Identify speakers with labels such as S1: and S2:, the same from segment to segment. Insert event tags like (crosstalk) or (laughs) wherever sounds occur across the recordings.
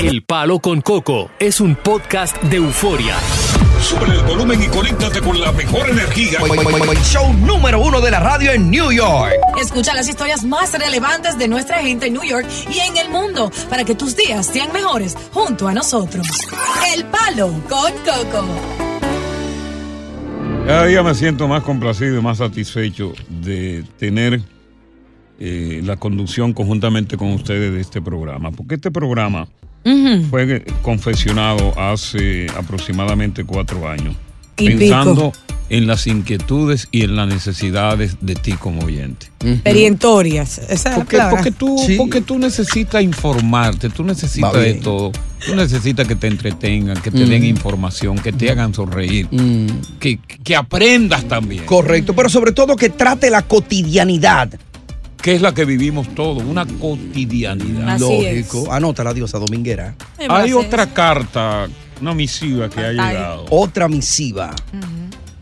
S1: El Palo con Coco es un podcast de euforia.
S2: Sube el volumen y conéctate con la mejor energía.
S3: Show número uno de la radio en New York.
S4: Escucha las historias más relevantes de nuestra gente en New York y en el mundo para que tus días sean mejores junto a nosotros. El Palo con Coco.
S2: Cada día me siento más complacido, más satisfecho de tener eh, la conducción conjuntamente con ustedes de este programa. Porque este programa fue eh, confeccionado hace aproximadamente cuatro años.
S4: Y
S2: pensando en las inquietudes y en las necesidades de ti como oyente.
S5: Perientorias. Esa es la
S2: Porque,
S5: palabra.
S2: porque, tú,
S3: Sí.
S2: porque tú necesitas informarte, tú necesitas
S3: Va
S2: de
S3: bien. Mm.
S2: todo. Tú necesitas que te entretengan, que te den información, que te hagan sonreír, que, que aprendas también,
S3: Correcto, pero sobre todo que trate la cotidianidad.
S2: que es la que vivimos todos, una cotidianidad.
S4: Así
S3: Lógico. Anótala, diosa dominguera.
S4: Ay,
S2: Hay
S4: gracias.
S2: otra carta, una misiva que ha llegado.
S3: Otra misiva.
S5: Mm,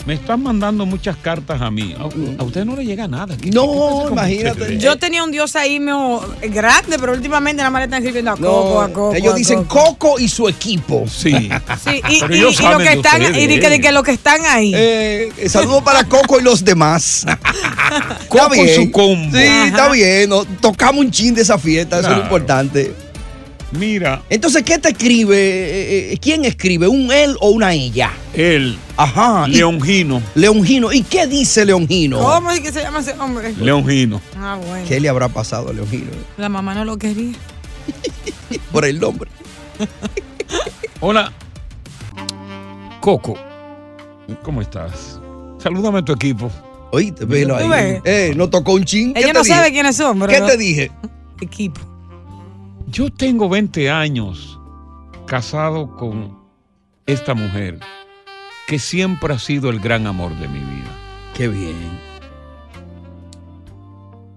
S2: Me están mandando muchas cartas a mí. A, a usted no le llega nada. ¿Qué- qué pasa
S3: No,
S2: con
S3: imagínate.
S2: ustedes?
S5: Yo tenía un dios ahí mío grande, pero últimamente nada más le están escribiendo a Coco, a Coco.
S3: ellos
S5: a
S3: dicen
S5: Coco.
S3: Coco y su equipo.
S2: Sí.
S5: Sí, y,
S2: Pero
S5: y-
S2: ellos
S5: y lo
S2: saben
S5: que
S2: de
S5: están, y de que, de que lo que están ahí.
S3: Eh, saludo para Coco y los demás. (laughs) Está
S2: Coco y su combo.
S3: Sí,
S5: Ajá.
S3: está bien. no, tocamos un chin de esa fiesta, eso es
S2: Claro.
S3: lo importante.
S2: Mira,
S3: Entonces, ¿qué te escribe? Eh, eh, ¿Quién escribe? ¿Un él o una ella?
S2: él,
S3: Ajá. y-
S2: Leongino.
S3: Leongino. ¿Y qué dice Leongino?
S5: ¿Cómo es que se llama ese hombre?
S2: Leongino.
S5: Ah, bueno.
S3: ¿Qué le habrá pasado a Leongino?
S5: La mamá no lo quería.
S3: Por el nombre.
S2: Hola. Coco. ¿Cómo estás? Salúdame a tu equipo.
S3: Oíste, velo
S5: ¿Tú
S3: ahí.
S5: ves?
S3: Eh, no tocó un chin. ¿Qué
S5: Ella
S3: te
S5: no
S3: dije?
S5: sabe quiénes son, pero
S3: ¿Qué
S5: lo-
S3: te dije?
S5: equipo.
S2: Yo tengo 20 años casado con esta mujer que siempre ha sido el gran amor de mi vida.
S3: Qué bien.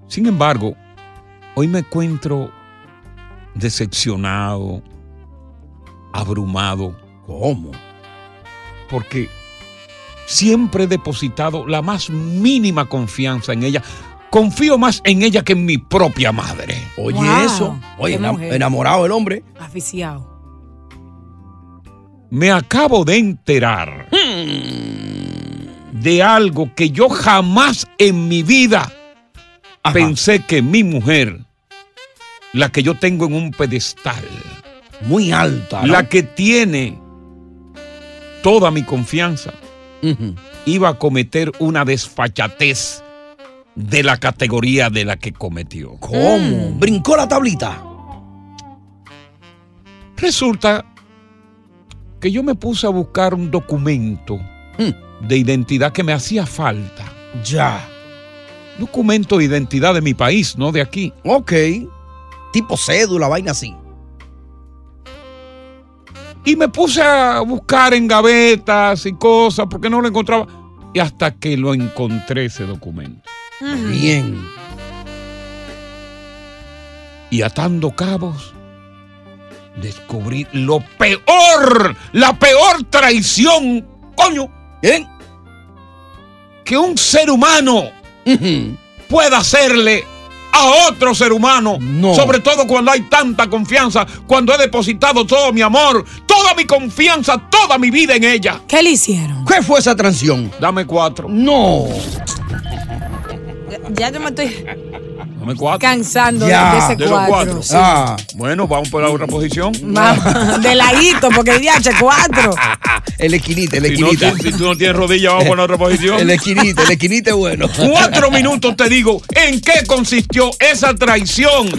S2: Sin embargo, hoy me encuentro decepcionado, abrumado,
S3: ¿Cómo?
S2: porque siempre he depositado la más mínima confianza en ella. Confío más en ella que en mi propia madre.
S3: Oye,
S5: Wow,
S3: eso. Oye,
S5: qué
S3: ena-
S5: mujer.
S3: enamorado el hombre.
S5: Aficiado.
S2: Me acabo de enterar de algo que yo jamás en mi vida
S3: Ajá.
S2: pensé que mi mujer, la que yo tengo en un pedestal,
S3: Muy alta. ¿no?
S2: la que tiene toda mi confianza,
S3: Ujú.
S2: iba a cometer una desfachatez de la categoría de la que cometió.
S3: ¿Cómo?
S5: Mm.
S3: Brincó la tablita.
S2: Resulta que yo me puse a buscar un documento
S3: Mm.
S2: de identidad que me hacía falta.
S3: Ya.
S2: Documento de identidad de mi país, no de aquí.
S3: Ok. Tipo cédula, vaina así.
S2: Y me puse a buscar en gavetas y cosas porque no lo encontraba. Y hasta que lo encontré ese documento.
S5: Mm.
S3: Bien.
S2: Y atando cabos, descubrí lo peor, la peor traición, coño,
S3: Bien.
S2: que un ser humano
S3: Ujú.
S2: pueda hacerle a otro ser humano.
S3: No.
S2: Sobre todo cuando hay tanta confianza, cuando he depositado todo mi amor, toda mi confianza, toda mi vida en ella.
S5: ¿Qué le hicieron?
S3: ¿Qué fue esa transición?
S2: Dame cuatro.
S3: No.
S5: Ya, ya yo me estoy
S2: Dame cuatro.
S5: cansando
S3: Ya,
S5: de ese
S2: de los
S5: cuatro.
S2: cuatro.
S5: sí.
S3: Ah.
S2: Bueno, vamos por la otra posición. (laughs)
S5: Vamos, de ladito, porque ya eché cuatro.
S3: El esquinita, el
S2: Si, no,
S3: esquinita.
S2: ti- si tú no tienes rodilla, vamos por la otra
S5: (laughs)
S3: El
S2: posición.
S3: esquinita, el esquinita
S2: (laughs)
S3: es bueno.
S2: Cuatro minutos te digo en qué consistió esa traición.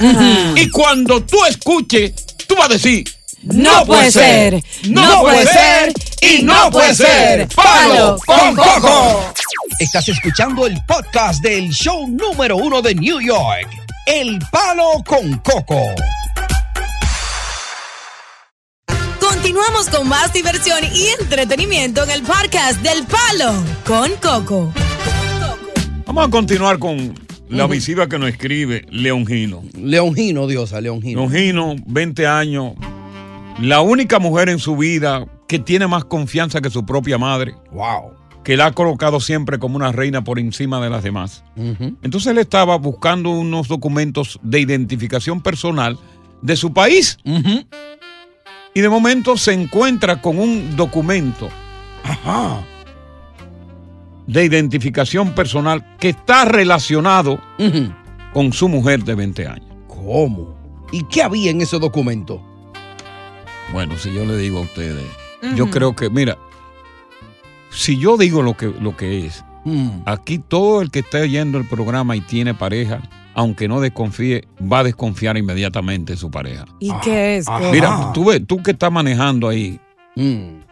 S2: Y cuando tú escuches, tú vas a decir.
S5: No puede ser, no puede ser y no puede ser. Palo con Coco.
S3: Estás escuchando el podcast del show número uno de New York, El Palo con Coco.
S4: Continuamos con más diversión y entretenimiento en el podcast del Palo con Coco.
S2: Vamos a continuar con la misiva que nos escribe León Gino.
S3: Leongino, diosa, Leongino.
S2: León Gino, 20 años. La única mujer en su vida que tiene más confianza que su propia madre,
S3: Wow.
S2: que la ha colocado siempre como una reina por encima de las demás.
S3: Ujú.
S2: Entonces él estaba buscando unos documentos de identificación personal de su país. y de momento se encuentra con un documento
S3: Ajá.
S2: de identificación personal que está relacionado
S3: Ujú.
S2: con su mujer de 20 años.
S3: ¿Cómo? ¿Y qué había en ese documento?
S2: Bueno, si yo le digo a ustedes, yo creo que, mira, si yo digo lo que, lo que es,
S3: Mm.
S2: Aquí todo el que esté oyendo el programa y tiene pareja, aunque no desconfíe, va a desconfiar inmediatamente de su pareja.
S4: ¿Y
S2: Ah,
S4: qué es?
S3: Ajá.
S2: Mira, tú, ve- tú que estás manejando ahí,
S3: Mm.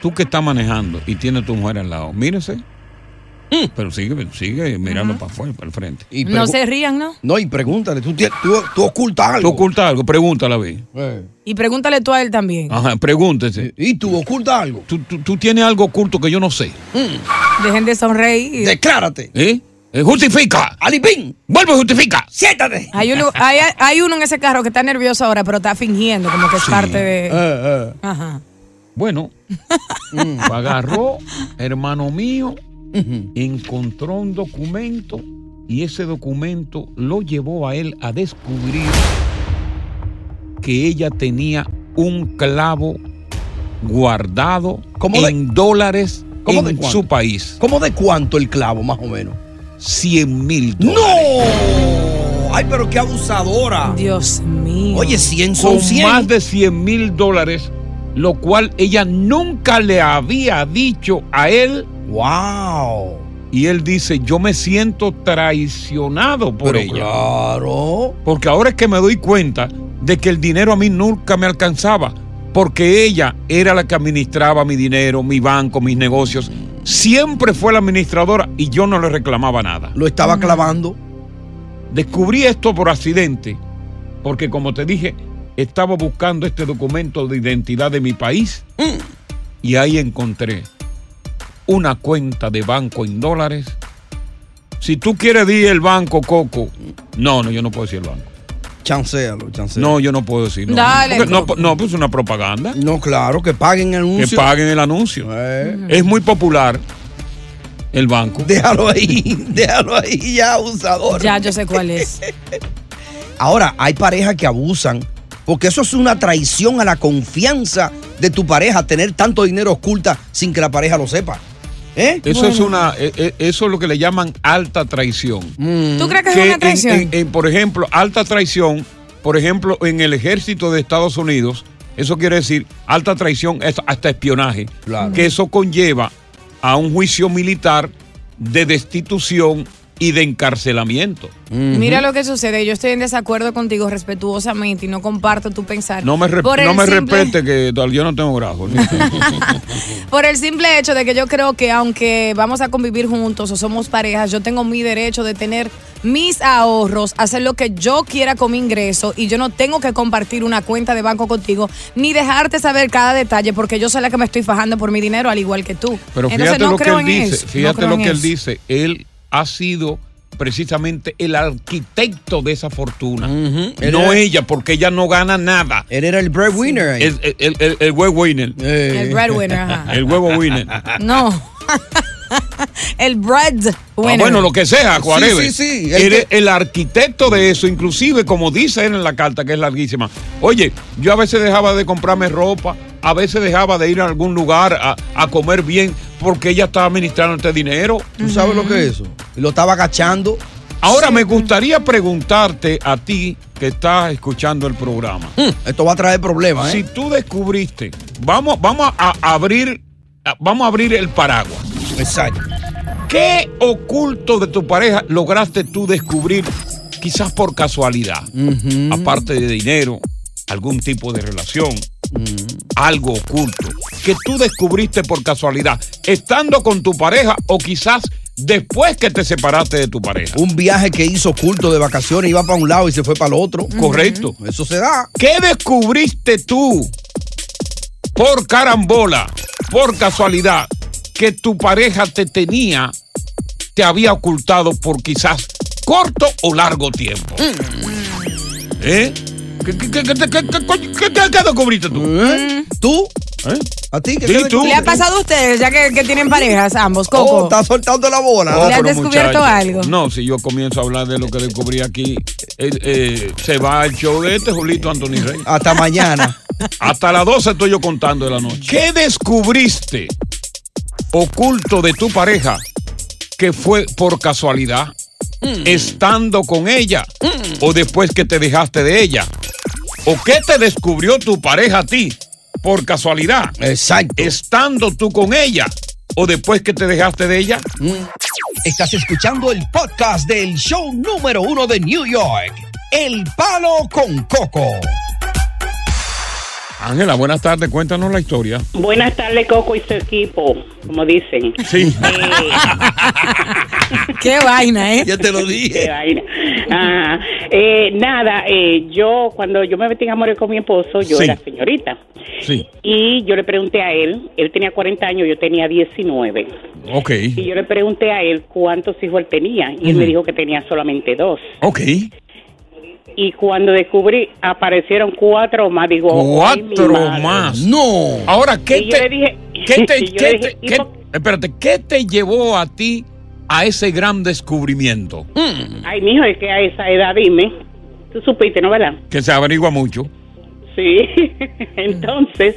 S2: tú que estás manejando y tienes tu mujer al lado, mírese. Pero sigue, sigue mirando para afuera, para el frente.
S3: Y
S4: No
S3: pregu-
S4: se rían, ¿no?
S3: No, y pregúntale, tú, tie- tú, tú ocultas
S2: Tú
S3: algo.
S2: ocultas algo, pregúntala, ve.
S3: Eh,
S4: Y pregúntale tú a él también.
S2: Ajá, pregúntese.
S3: Y tú ocultas algo.
S2: Tú, tú- tú tienes algo oculto que yo no sé.
S4: Dejen de sonreír. y-
S3: Declárate.
S2: ¿Eh? Eh, Justifica.
S3: Alipín,
S2: Vuelve, justifica.
S3: siéntate.
S4: Hay uno, hay, hay uno en ese carro que está nervioso ahora, pero está fingiendo como que es parte
S3: Eh,
S4: de.
S3: eh.
S4: Ajá.
S2: Bueno, agarró, hermano mío,
S3: Ujú.
S2: encontró un documento y ese documento lo llevó a él a descubrir que ella tenía un clavo guardado
S3: ¿Cómo de-
S2: en dólares
S3: cómo de
S2: en
S3: cuánto?
S2: su país.
S3: ¿Cómo de cuánto el clavo, más o menos?
S2: 100 mil
S3: ¡No!
S2: dólares.
S3: ¡Ay, pero qué abusadora!
S4: Dios mío.
S3: Oye, 100 son
S2: Con
S3: 100.
S2: más de 100 mil dólares, lo cual ella nunca le había dicho a él.
S3: ¡Wow!
S2: Y él dice, yo me siento traicionado por
S3: Pero
S2: ella.
S3: claro.
S2: Porque ahora es que me doy cuenta de que el dinero a mí nunca me alcanzaba. Porque ella era la que administraba mi dinero, mi banco, mis negocios. Siempre fue la administradora y yo no le reclamaba nada.
S3: Lo estaba clavando.
S2: Descubrí esto por accidente. Porque como te dije, estaba buscando este documento de identidad de mi país. Y ahí encontré una cuenta de banco en dólares. Si tú quieres decir el banco, Coco. No, no, yo no puedo decir el banco.
S3: Chancealo, chancealo.
S2: No, yo no puedo decir. No,
S4: Dale,
S2: Porque no,
S4: Coco.
S2: no, pues una propaganda.
S3: No, claro, que paguen el
S2: Que
S3: anuncio.
S2: paguen el anuncio.
S3: Eh,
S2: Es muy popular el banco.
S3: Déjalo ahí, (laughs) déjalo ahí ya, abusador.
S4: Ya yo sé cuál es.
S3: Ahora, hay parejas que abusan, porque eso es una traición a la confianza de tu pareja, tener tanto dinero oculta sin que la pareja lo sepa. ¿Eh?
S2: Eso es
S4: Bueno.
S2: una, eh, eh, eso es lo que le llaman alta traición.
S4: ¿Tú crees
S2: Que
S4: que, es una
S2: en-
S4: traición?
S2: en- en, por ejemplo, alta traición, por ejemplo, en el ejército de Estados Unidos, eso quiere decir alta traición es hasta espionaje.
S3: Claro.
S2: Que eso conlleva a un juicio militar de destitución y de encarcelamiento.
S4: Mira lo que sucede. Yo estoy en desacuerdo contigo respetuosamente y no comparto tu pensar.
S2: No me, re-
S4: Por
S2: no
S4: el
S2: me
S4: simple-
S2: respete que yo no tengo grajo.
S4: (laughs)
S2: ni-
S4: Por el simple hecho de que yo creo que aunque vamos a convivir juntos o somos parejas, yo tengo mi derecho de tener mis ahorros, hacer lo que yo quiera con mi ingreso y yo no tengo que compartir una cuenta de banco contigo ni dejarte saber cada detalle porque yo soy la que me estoy fajando por mi dinero al igual que tú.
S2: Pero fíjate
S4: Entonces, no
S2: lo que
S4: creo
S2: él
S4: en
S2: dice,
S4: eso, no
S2: fíjate
S4: creo
S2: lo
S4: en
S2: que él
S4: eso.
S2: dice, él ha sido precisamente el arquitecto de esa fortuna,
S3: Ujú.
S2: no
S3: Él-
S2: ella, porque ella no gana nada.
S3: Él era el breadwinner ahí.
S2: El, el, el- el huevo winner, Ah,
S3: Eh,
S4: El breadwinner,
S2: (laughs)
S4: ajá.
S2: el huevo
S3: (laughs)
S2: winner.
S4: No. (laughs) el breadwinner.
S2: Ah, bueno, lo que sea, whatever.
S3: sí, sí, el
S2: Él es el arquitecto de eso, inclusive como dice él en la carta, que es larguísima. Oye, yo a veces dejaba de comprarme ropa, a veces dejaba de ir a algún lugar a, a comer bien, porque ella estaba administrando este dinero.
S3: ¿Tú sabes lo que es eso? Lo estaba agachando.
S2: Ahora me gustaría preguntarte a ti que estás escuchando el programa.
S3: Esto va a traer problemas,
S2: Si
S3: ¿eh?
S2: tú descubriste, vamos, vamos a abrir, a- vamos a abrir el paraguas.
S3: Exacto.
S2: ¿Qué oculto de tu pareja lograste tú descubrir, quizás por casualidad? Aparte de dinero, algún tipo de relación, algo oculto que tú descubriste por casualidad, estando con tu pareja o quizás después que te separaste de tu pareja.
S3: Un viaje que hizo oculto de vacaciones, iba para un lado y se fue para el otro.
S2: Correcto.
S3: Eso se da.
S2: ¿Qué descubriste tú por carambola, por casualidad, que tu pareja te tenía, te había ocultado por quizás corto o largo tiempo?
S4: Mm.
S2: ¿Eh? ¿Qué, qué- qué- qué- qué- qué- qué- qué- qué descubriste
S4: Mm.
S2: tú?
S3: ¿Eh? ¿Tú?
S2: ¿Eh?
S3: ¿A ti? ¿Qué
S2: Sí,
S3: te-
S2: tú.
S4: ¿Le ha pasado a ustedes ya que, que tienen parejas ambos,
S3: Oh,
S4: Coco?
S3: está soltando la bola.
S2: Oh,
S4: ¿Le has
S2: pero
S4: descubierto algo?
S2: No, si yo comienzo a hablar de lo que descubrí aquí, eh, eh, se va al show de este Julito Anthony Rey.
S3: Hasta mañana.
S2: Hasta las 12 estoy yo contando de la noche. ¿Qué descubriste oculto de tu pareja que fue por casualidad? Mm. Estando con ella o después que te dejaste de ella. ¿O qué te descubrió tu pareja a ti por casualidad?
S3: Exacto.
S2: Estando tú con ella o después que te dejaste de ella.
S3: Estás escuchando el podcast del show número uno de New York, El Palo con Coco.
S2: Ángela, buenas tardes, cuéntanos la historia.
S6: Buenas tardes, Coco y su equipo,
S2: (laughs)
S6: como dicen. Eh,
S2: Sí.
S4: Qué vaina, ¿eh?
S3: Ya te lo
S6: Qué
S3: dije.
S6: vaina. Ajá. Eh, nada, eh, yo cuando yo me metí en amores con mi esposo, yo
S2: Sí.
S6: era señorita.
S2: Sí,
S6: Y yo le pregunté a él, él tenía 40 años, yo tenía 19.
S2: ok.
S6: Y yo le pregunté a él cuántos hijos él tenía. Y
S2: Mm.
S6: él me dijo que tenía solamente dos.
S2: Ok.
S6: Y cuando descubrí, aparecieron cuatro más. Digo, ay, mi
S2: Cuatro
S6: madre.
S2: más.
S3: No.
S2: Ahora, ¿qué
S6: Y yo
S2: te,
S6: le dije-
S2: ¿qué te,
S6: (laughs) y yo
S2: qué
S6: le dije,
S2: te-
S6: ¿y
S2: qué-
S6: por-
S2: espérate, ¿qué te llevó a ti a ese gran descubrimiento?
S6: Ay, mijo, es que a esa edad, dime. Tú supiste, ¿no, verdad?
S2: Que se averigua mucho.
S6: Sí, (laughs) entonces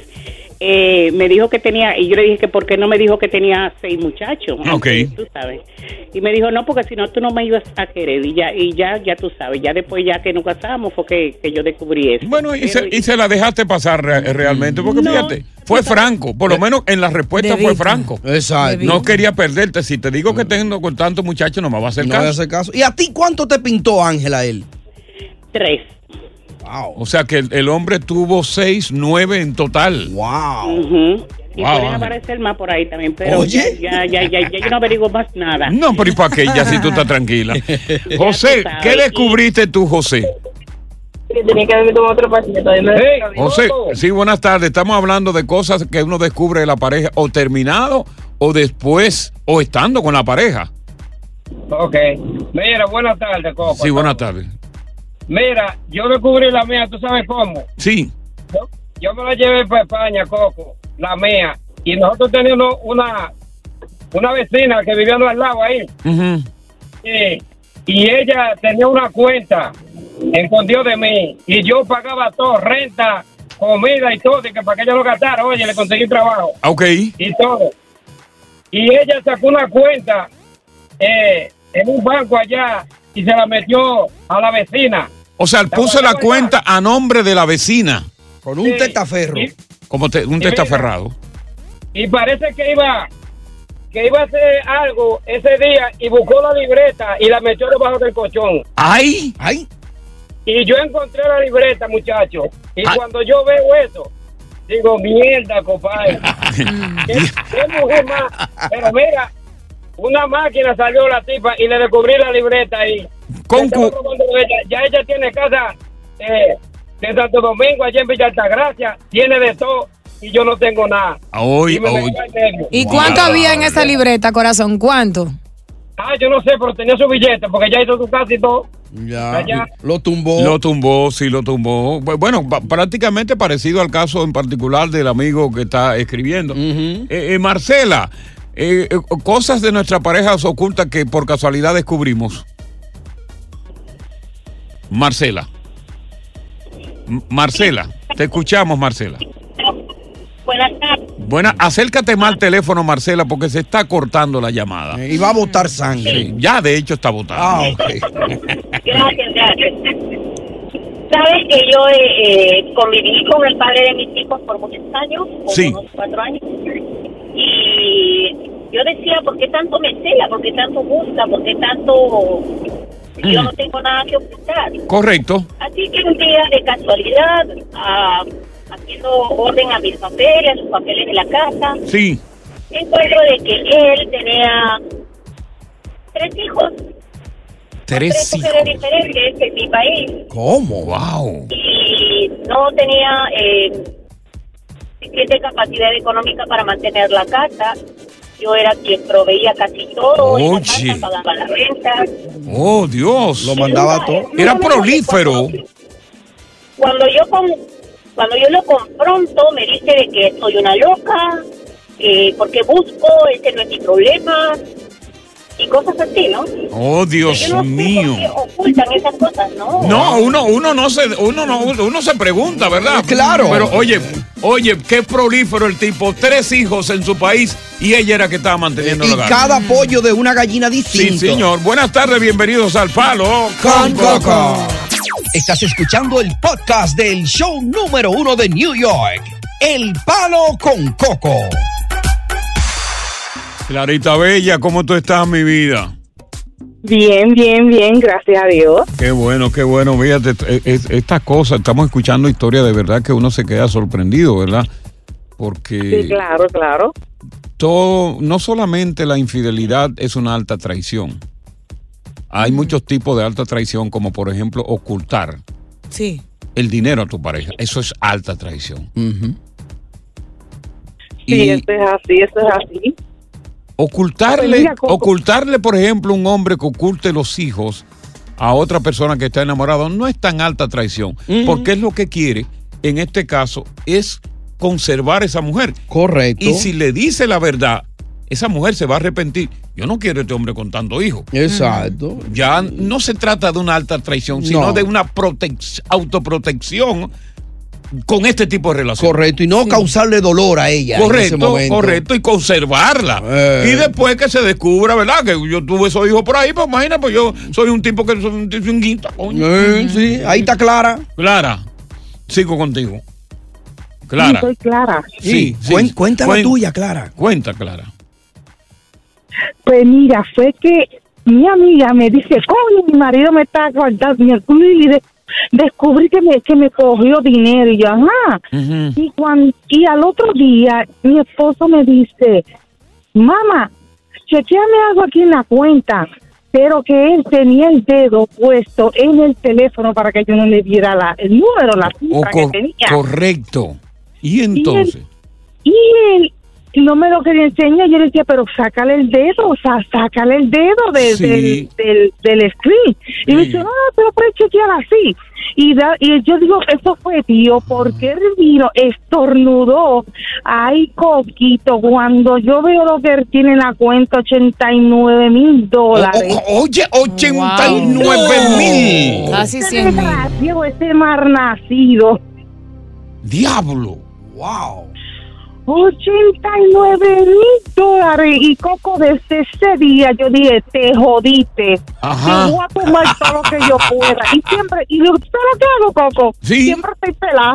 S6: eh, me dijo que tenía, y yo le dije que por qué no me dijo que tenía seis muchachos.
S2: Ok.
S6: Tú sabes. Y me dijo, no, porque si no tú no me ibas a querer. Y ya, y ya, ya tú sabes, ya después ya que nos casamos fue que, que yo descubrí eso.
S2: Bueno, y
S6: Pero-
S2: se, y se la dejaste pasar re- realmente, porque
S6: No.
S2: fíjate, fue franco, por lo menos en la respuesta fue
S4: Dedito.
S2: franco.
S3: Exacto.
S2: No quería perderte, si te digo que tengo con tantos muchachos, no me va a hacer
S3: No voy a
S2: caso.
S3: hacer caso. ¿Y a ti cuánto te pintó Ángela él?
S6: Tres.
S3: Wow.
S2: O sea que el, el hombre tuvo seis, nueve en total.
S3: Wow.
S6: Ujú. Y
S2: Wow,
S6: pueden
S2: Ángel.
S6: aparecer más por ahí también, pero
S3: Oye.
S6: ya, ya, ya, ya, ya yo no averiguo más nada.
S2: No, pero ¿y para qué? Ya si tú estás
S6: (laughs)
S2: tranquila. José,
S6: tú sabes,
S2: ¿qué
S6: y-
S2: descubriste tú, José?
S7: que tenía que haberme tomado otro pasito. Ahí me
S2: José, sí, buenas tardes. Estamos hablando de cosas que uno descubre de la pareja o terminado o después o estando con la pareja.
S8: Ok. Mira, buenas tardes, Coco.
S2: Sí, buenas tardes.
S8: Mira, yo descubrí la mía, ¿tú sabes cómo?
S2: Sí,
S8: Yo, yo me la llevé para España, Coco, la mía. Y nosotros teníamos una, una vecina que vivía al lado ahí.
S2: ujú,
S8: Sí. Y ella tenía una cuenta, escondió de mí. Y yo pagaba todo, renta, comida y todo, y que para que ella lo gastara, oye, le conseguí trabajo
S2: Ah, ok.
S8: y todo. Y ella sacó una cuenta eh, en un banco allá y se la metió a la vecina.
S2: O sea, puso la cuenta a nombre de la vecina,
S3: Con un
S8: Sí.
S3: testaferro.
S8: Y,
S2: como te- un testaferrado.
S8: y parece que iba que iba a hacer algo ese día y buscó la libreta y la metió debajo del colchón.
S2: (laughs) ¡Ay!
S3: Ay,
S8: Y yo encontré la libreta, muchacho. Y
S2: Ah.
S8: cuando yo veo eso, digo, mierda, compadre. ¿Qué, qué mujer más? Pero mira, una máquina salió la tipa y le descubrí la libreta ahí.
S2: Con
S8: Estaba
S2: cu-
S8: robando de ella. Ya ella tiene casa eh, de Santo Domingo, allá en Villa Altagracia, tiene de todo y yo no tengo nada.
S2: Ay,
S8: Y me
S2: ay.
S8: metió al medio.
S4: ¿Y cuánto había en esa libreta, corazón? ¿Cuánto?
S8: Ah, yo no sé, pero tenía su billete porque ya hizo su casa y todo.
S3: ya.
S8: Allá.
S3: Lo tumbó.
S2: Lo tumbó, sí, lo tumbó. Bu- Bueno, pa- prácticamente parecido al caso en particular del amigo que está escribiendo.
S3: Ujú.
S2: Eh, eh, Marcela, eh, eh, cosas de nuestra pareja ocultas que por casualidad descubrimos. Marcela. M- Marcela, te escuchamos, Marcela.
S7: Buenas tardes.
S2: Buena, acércate más al teléfono, Marcela, porque se está cortando la llamada.
S3: Eh, Y va a botar sangre.
S2: Ah. Sí, ya de hecho está votando.
S3: Ah, ok.
S7: Gracias, gracias. Sabes que yo eh, eh, conviví con el padre de mis hijos por muchos años, como
S2: Sí.
S7: unos cuatro años, y yo decía, ¿por qué tanto me cela? ¿Por qué tanto busca? ¿Por qué tanto...? Yo no tengo nada que ocultar.
S2: Correcto.
S7: Así que un día de casualidad, ah, haciendo orden a mis papeles, a sus papeles de la casa,
S2: Sí.
S7: encuentro de que él tenía tres hijos,
S2: Tres
S7: tres
S2: hijos.
S7: mujeres diferentes en mi país
S3: ¿Cómo?
S2: Wow.
S7: y no tenía eh, suficiente capacidad económica para mantener la casa. Yo era quien proveía casi todo, en la casa,
S2: Oye.
S7: pagaba la renta.
S2: Oh, Dios.
S3: Lo mandaba todo.
S2: Era prolífero.
S7: cuando yo con- cuando yo lo confronto me dice de que
S9: este
S7: soy una loca eh, porque busco ese no es mi problema
S9: y cosas así, ¿no?
S2: Oh, Dios
S9: Yo no sé por
S2: mío.
S9: qué ocultan esas cosas, ¿no?
S2: No, uno, uno no se, uno no, uno se pregunta, ¿verdad?
S3: Eh, Claro.
S2: Pero oye, oye, qué prolífero el tipo, tres hijos en su país y ella era que estaba manteniendo
S3: Y
S2: la gana.
S3: cada pollo de una gallina
S2: Sí,
S3: distinta.
S2: señor. Buenas tardes, bienvenidos al Palo
S3: Con Coco. Estás escuchando el podcast del show número uno de New York. El palo con coco.
S2: Clarita Bella, ¿cómo tú estás, mi vida?
S7: Bien, bien, bien, gracias a Dios.
S2: Qué bueno, qué bueno. Fíjate, es- es- estas cosas, estamos escuchando historias de verdad que uno se queda sorprendido, ¿verdad? Porque
S7: Sí, claro, claro.
S2: todo, no solamente la infidelidad es una alta traición. Hay muchos tipos de alta traición, como por ejemplo ocultar
S4: Sí.
S2: el dinero a tu pareja. Eso es alta traición.
S7: Sí,
S2: Y-
S7: eso es así, eso es así.
S2: Ocultarle,
S7: Pues mira, Coco.
S2: ocultarle, por ejemplo, un hombre que oculte los hijos a otra persona que está enamorado no es tan alta traición, porque es lo que quiere, en este caso, es conservar esa mujer.
S3: Correcto.
S2: Y si le dice la verdad, esa mujer se va a arrepentir. Yo no quiero este hombre con tanto hijo.
S3: Exacto.
S2: Ya no se trata de una alta traición, sino
S3: No.
S2: de una protec- autoprotección con este tipo de relación.
S3: Correcto. Y no causarle dolor a ella. en ese
S2: Correcto,
S3: momento.
S2: correcto, y conservarla.
S3: Eh.
S2: Y después que se descubra, ¿verdad? Que yo tuve esos hijos por ahí, pues imagina, pues yo soy un tipo que soy un, soy un guinta, coño.
S3: Eh, sí, ahí está Clara.
S2: Clara, sigo contigo.
S7: Sí,
S2: Clara,
S7: soy clara.
S2: sí, sí.
S3: Cuen- cuenta la
S2: Cuen-
S3: tuya, Clara.
S2: Cuenta, Clara.
S7: Pues mira, fue que mi amiga me dice, coño, mi marido me está guardando el culo y de- descubrí que me, que me cogió dinero. Y yo, ajá.
S2: Ujú.
S7: Y, cuan- y al otro día, mi esposo me dice, mamá, chequeame algo aquí en la cuenta. Pero que él tenía el dedo puesto en el teléfono para que yo no le diera la, el número, la
S2: O
S7: cifra
S2: cor-
S7: que tenía.
S2: correcto. Y entonces,
S7: Y él no me lo quería enseñar. Yo le decía, pero sácale el dedo, o sea, sácale el dedo de-
S2: Sí.
S7: del, del, del screen. Y me
S2: Sí.
S7: dice, no, pero puedes chequear así. Y, da- y yo digo, eso fue, tío, porque él vino, estornudó. Ay, coquito, cuando yo veo lo que él tiene en la cuenta, 89 mil dólares.
S2: O- o- oye, 89 mil.
S4: Casi
S7: Ese
S4: 100 mil.
S7: desgraciado, ese mar nacido.
S2: Diablo.
S3: Wow.
S7: 89 mil dólares y Coco desde ese día yo dije te jodiste
S2: Ajá.
S7: te voy a tomar todo lo que yo pueda y siempre y yo ¿sabes lo que hago Coco?
S2: Sí.
S7: siempre estoy pelada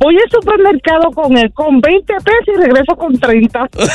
S7: voy al supermercado con él con 20 pesos y regreso con 30
S2: (laughs)